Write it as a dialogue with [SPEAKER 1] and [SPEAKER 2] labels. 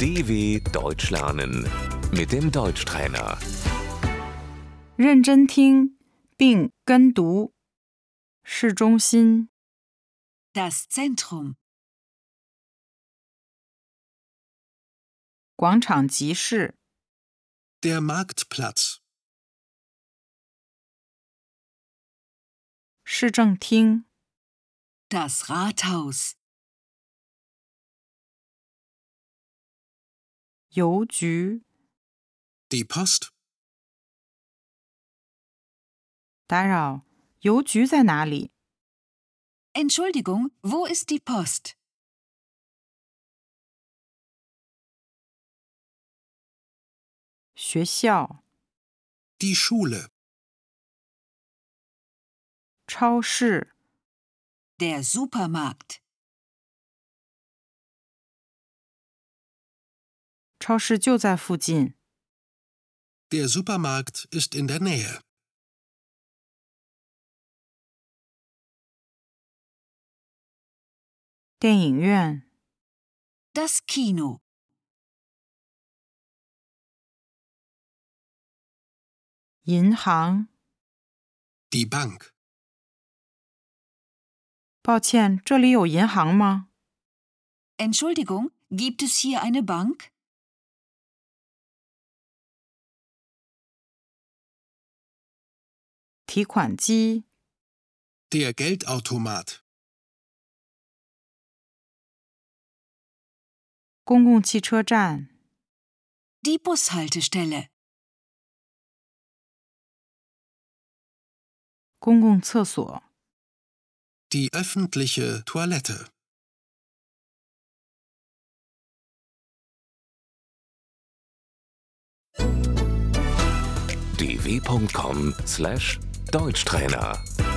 [SPEAKER 1] DW Deutsch lernen mit dem Deutschtrainer.
[SPEAKER 2] 认真听并跟读。市中心
[SPEAKER 3] Das Zentrum,
[SPEAKER 2] 广场集市、
[SPEAKER 4] Der Marktplatz,
[SPEAKER 2] 市政厅、
[SPEAKER 3] das Rathaus,
[SPEAKER 2] 邮局、
[SPEAKER 4] die Post,
[SPEAKER 2] 打扰，邮局在哪里？
[SPEAKER 3] Entschuldigung, wo ist die Post?
[SPEAKER 2] 学校、
[SPEAKER 4] die Schule,
[SPEAKER 2] 超市、
[SPEAKER 3] Der Supermarkt,
[SPEAKER 2] 超市就在附近。
[SPEAKER 4] der Supermarkt ist in der Nähe.
[SPEAKER 2] 电影院、
[SPEAKER 3] das Kino,
[SPEAKER 2] 银行。
[SPEAKER 4] Die Bank,
[SPEAKER 2] 抱歉，这里有银行吗？
[SPEAKER 3] Entschuldigung, gibt es hier eine Bank?
[SPEAKER 2] «提款机、
[SPEAKER 4] der Geldautomat,
[SPEAKER 2] 公共汽车站、
[SPEAKER 3] Die Bushaltestelle,
[SPEAKER 2] 公共厕所、
[SPEAKER 4] die öffentliche Toilette,
[SPEAKER 1] dw.com/deutschtrainer